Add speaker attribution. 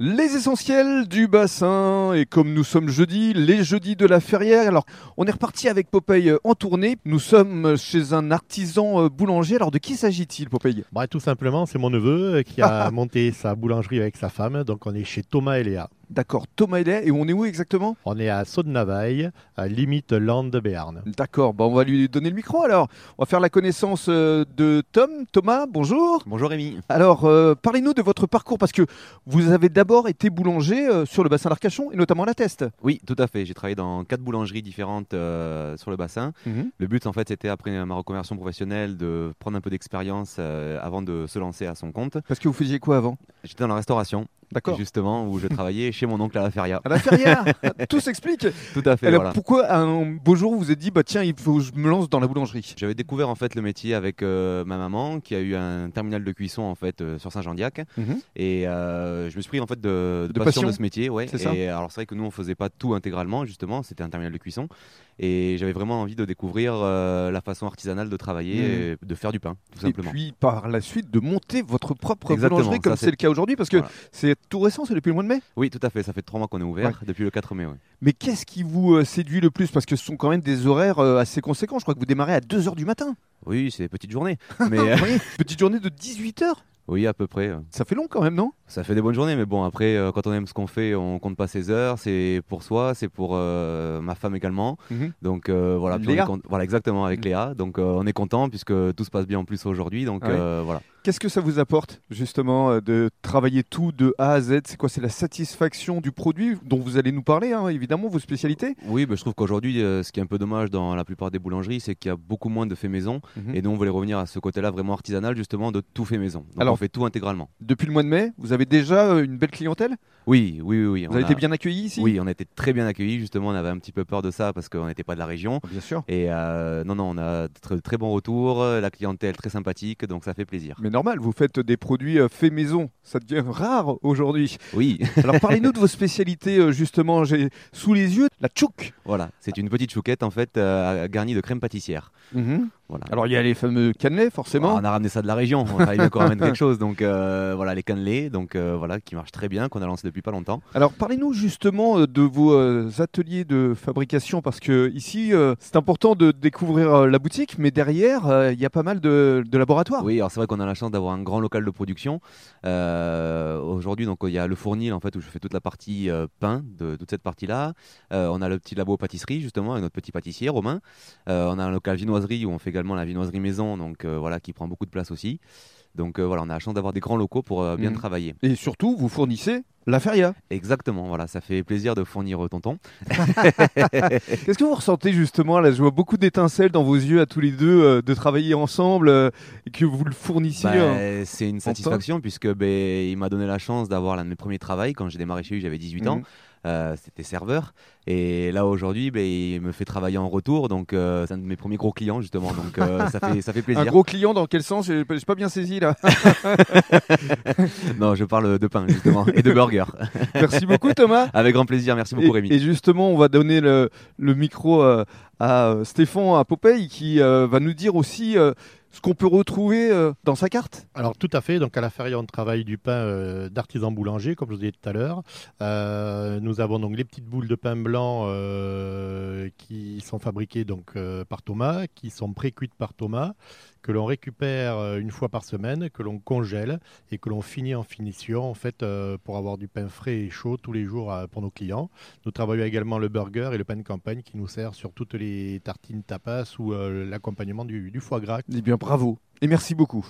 Speaker 1: Les essentiels du bassin, et comme nous sommes jeudi, les jeudis de la ferrière, alors on est reparti avec Popeye euh, en tournée, nous sommes euh, chez un artisan euh, boulanger, alors de qui s'agit-il Popeye
Speaker 2: Bah, tout simplement, c'est mon neveu euh, qui a monté sa boulangerie avec sa femme. Donc, on est chez Thomas et Léa.
Speaker 1: D'accord, Thomas Hellet, et on est où exactement
Speaker 2: On est à Saône-Navaille, à limite lande de Béarn.
Speaker 1: D'accord, bah on va lui donner le micro alors, on va faire la connaissance euh, de Tom. Thomas, bonjour
Speaker 3: Bonjour Rémi.
Speaker 1: Alors euh, parlez-nous de votre parcours, parce que vous avez d'abord été boulanger euh, sur le bassin d'Arcachon, et notamment à la Teste.
Speaker 3: Oui, tout à fait. J'ai travaillé dans quatre boulangeries différentes euh, sur le bassin.
Speaker 1: Mhm.
Speaker 3: Le but, en fait, c'était après ma reconversion professionnelle de prendre un peu d'expérience euh, avant de se lancer à son compte.
Speaker 1: Parce que vous faisiez quoi avant
Speaker 3: J'étais dans la restauration,
Speaker 1: D'accord.
Speaker 3: justement, où je travaillais chez mon oncle à la feria.
Speaker 1: À la ferrière, tout s'explique
Speaker 3: Tout à fait.
Speaker 1: Alors
Speaker 3: Voilà.
Speaker 1: pourquoi un beau jour vous vous êtes dit bah tiens il faut que je me lance dans la boulangerie
Speaker 3: J'avais découvert en fait le métier avec euh, ma maman qui a eu un terminal de cuisson en fait euh, sur Saint-Jean-Diac et euh, je me suis pris en fait de, de
Speaker 1: De
Speaker 3: passion,
Speaker 1: passion.
Speaker 3: de ce métier ouais.
Speaker 1: C'est ça.
Speaker 3: et euh, alors c'est vrai que nous on faisait pas tout intégralement justement c'était un terminal de cuisson et j'avais vraiment envie de découvrir euh, la façon artisanale de travailler
Speaker 1: Mhm.
Speaker 3: et de faire du pain tout
Speaker 1: Et
Speaker 3: simplement
Speaker 1: puis par la suite de monter votre propre
Speaker 3: Exactement,
Speaker 1: boulangerie comme
Speaker 3: ça, c'est-
Speaker 1: c'est le cas aujourd'hui parce que
Speaker 3: Voilà.
Speaker 1: c'est tout récent, c'est depuis le mois de mai.
Speaker 3: oui tout à fait ça fait trois mois qu'on est ouvert depuis le 4 mai ouais.
Speaker 1: Mais qu'est-ce qui vous euh, séduit le plus Parce que ce sont quand même des horaires euh, assez conséquents. Je crois que vous démarrez à 2h du matin.
Speaker 3: oui c'est des petites journées mais euh,
Speaker 1: Vous voyez, Petite journée de 18h.
Speaker 3: oui à peu près euh.
Speaker 1: Ça fait long quand même, non
Speaker 3: ça fait des bonnes journées mais bon après euh, quand on aime ce qu'on fait on compte pas ses heures c'est pour soi c'est pour euh, ma femme également
Speaker 1: Mhm.
Speaker 3: Donc euh, voilà, puis on
Speaker 1: Léa.
Speaker 3: est cont- voilà exactement avec
Speaker 1: Mm.
Speaker 3: Léa. Donc euh, on est content puisque tout se passe bien en plus aujourd'hui. Donc
Speaker 1: Ah ouais.
Speaker 3: euh, voilà.
Speaker 1: Qu'est-ce que ça vous apporte justement euh, de travailler tout de A à Z C'est quoi C'est la satisfaction du produit dont vous allez nous parler, hein, évidemment, vos spécialités.
Speaker 3: Oui, bah, je trouve qu'aujourd'hui, euh, ce qui est un peu dommage dans la plupart des boulangeries, c'est qu'il y a beaucoup moins de faits maison.
Speaker 1: Mhm.
Speaker 3: Et nous, on voulait revenir à ce côté-là vraiment artisanal, justement, de tout fait maison. Donc
Speaker 1: Alors-
Speaker 3: on fait tout intégralement.
Speaker 1: Depuis le mois de mai, vous avez déjà euh, une belle clientèle
Speaker 3: Oui, oui, oui. oui
Speaker 1: Vous
Speaker 3: on
Speaker 1: avez
Speaker 3: a-
Speaker 1: été bien accueillis ici
Speaker 3: Oui, on a été très bien accueillis. Justement, on avait un petit peu peur de ça parce qu'on n'était pas de la région.
Speaker 1: Bien sûr.
Speaker 3: Et euh, non, non, on a de très, très bons retours, euh, la clientèle très sympathique, donc ça fait plaisir.
Speaker 1: Mais normal, vous faites des produits euh, faits maison, ça devient rare aujourd'hui.
Speaker 3: Oui,
Speaker 1: Alors parlez-nous de vos spécialités euh, justement, j'ai sous les yeux la tchouk.
Speaker 3: voilà, c'est une petite chouquette en fait euh, garnie de crème pâtissière. Voilà.
Speaker 1: Alors il y a les fameux cannelés forcément.
Speaker 3: On a ramené ça de la région, on fallait bien qu'on ramène quelque chose. Donc euh, voilà, les cannelés, donc euh, voilà, qui marchent très bien, qu'on a lancé depuis pas longtemps.
Speaker 1: Alors parlez-nous justement euh, de vos euh, ateliers de fabrication parce que ici euh, c'est important de découvrir euh, la boutique, mais derrière euh, il y a pas mal de, de laboratoires.
Speaker 3: Oui, alors c'est vrai qu'on a la chance d'avoir un grand local de production. Euh, Aujourd'hui, donc il y a le fournil en fait où je fais toute la partie euh, pain de toute cette partie-là. Euh, on a le petit labo pâtisserie justement, avec notre petit pâtissier Romain. Euh, on a un local vinoiserie où on fait également la vinoiserie maison, donc euh, voilà, qui prend beaucoup de place aussi. Donc euh, voilà, on a la chance d'avoir des grands locaux pour euh, bien
Speaker 1: Mhm.
Speaker 3: travailler.
Speaker 1: Et surtout vous fournissez la feria.
Speaker 3: Exactement, voilà, ça fait plaisir de fournir euh, tonton.
Speaker 1: Qu'est-ce que vous ressentez justement là Je vois beaucoup d'étincelles dans vos yeux à tous les deux euh, de travailler ensemble euh, et que vous le fournissiez.
Speaker 3: Bah,
Speaker 1: hein.
Speaker 3: c'est une satisfaction puisque ben, il m'a donné la chance d'avoir l'un de mes premiers travails quand j'ai démarré chez lui j'avais 18 ans
Speaker 1: Mhm.
Speaker 3: Euh, c'était serveur et là aujourd'hui ben, il me fait travailler en retour donc euh, c'est un de mes premiers gros clients justement donc euh, ça fait ça fait
Speaker 1: Un
Speaker 3: plaisir
Speaker 1: gros client dans quel sens J'ai j'ai pas bien saisi là.
Speaker 3: non je parle de pain justement et de burger
Speaker 1: Merci beaucoup Thomas.
Speaker 3: avec grand plaisir merci beaucoup
Speaker 1: et,
Speaker 3: Rémi
Speaker 1: et justement, on va donner le, le micro euh, à euh, Stéphane, à Popeye, qui euh, va nous dire aussi euh, ce qu'on peut retrouver euh, dans sa carte.
Speaker 2: Alors, tout à fait. Donc, à la Ferrière, on travaille du pain euh, d'artisan boulanger, comme je vous disais tout à l'heure. Euh, nous avons donc les petites boules de pain blanc euh, qui sont fabriquées donc, euh, par Thomas, qui sont pré-cuites par Thomas, que l'on récupère euh, une fois par semaine, que l'on congèle et que l'on finit en finition, en fait, euh, pour avoir du pain frais et chaud tous les jours euh, pour nos clients. Nous travaillons également le burger et le pain de campagne qui nous sert sur toutes les tartines tapas ou euh, l'accompagnement du, du foie gras.
Speaker 1: Eh bien, bravo. Et merci beaucoup.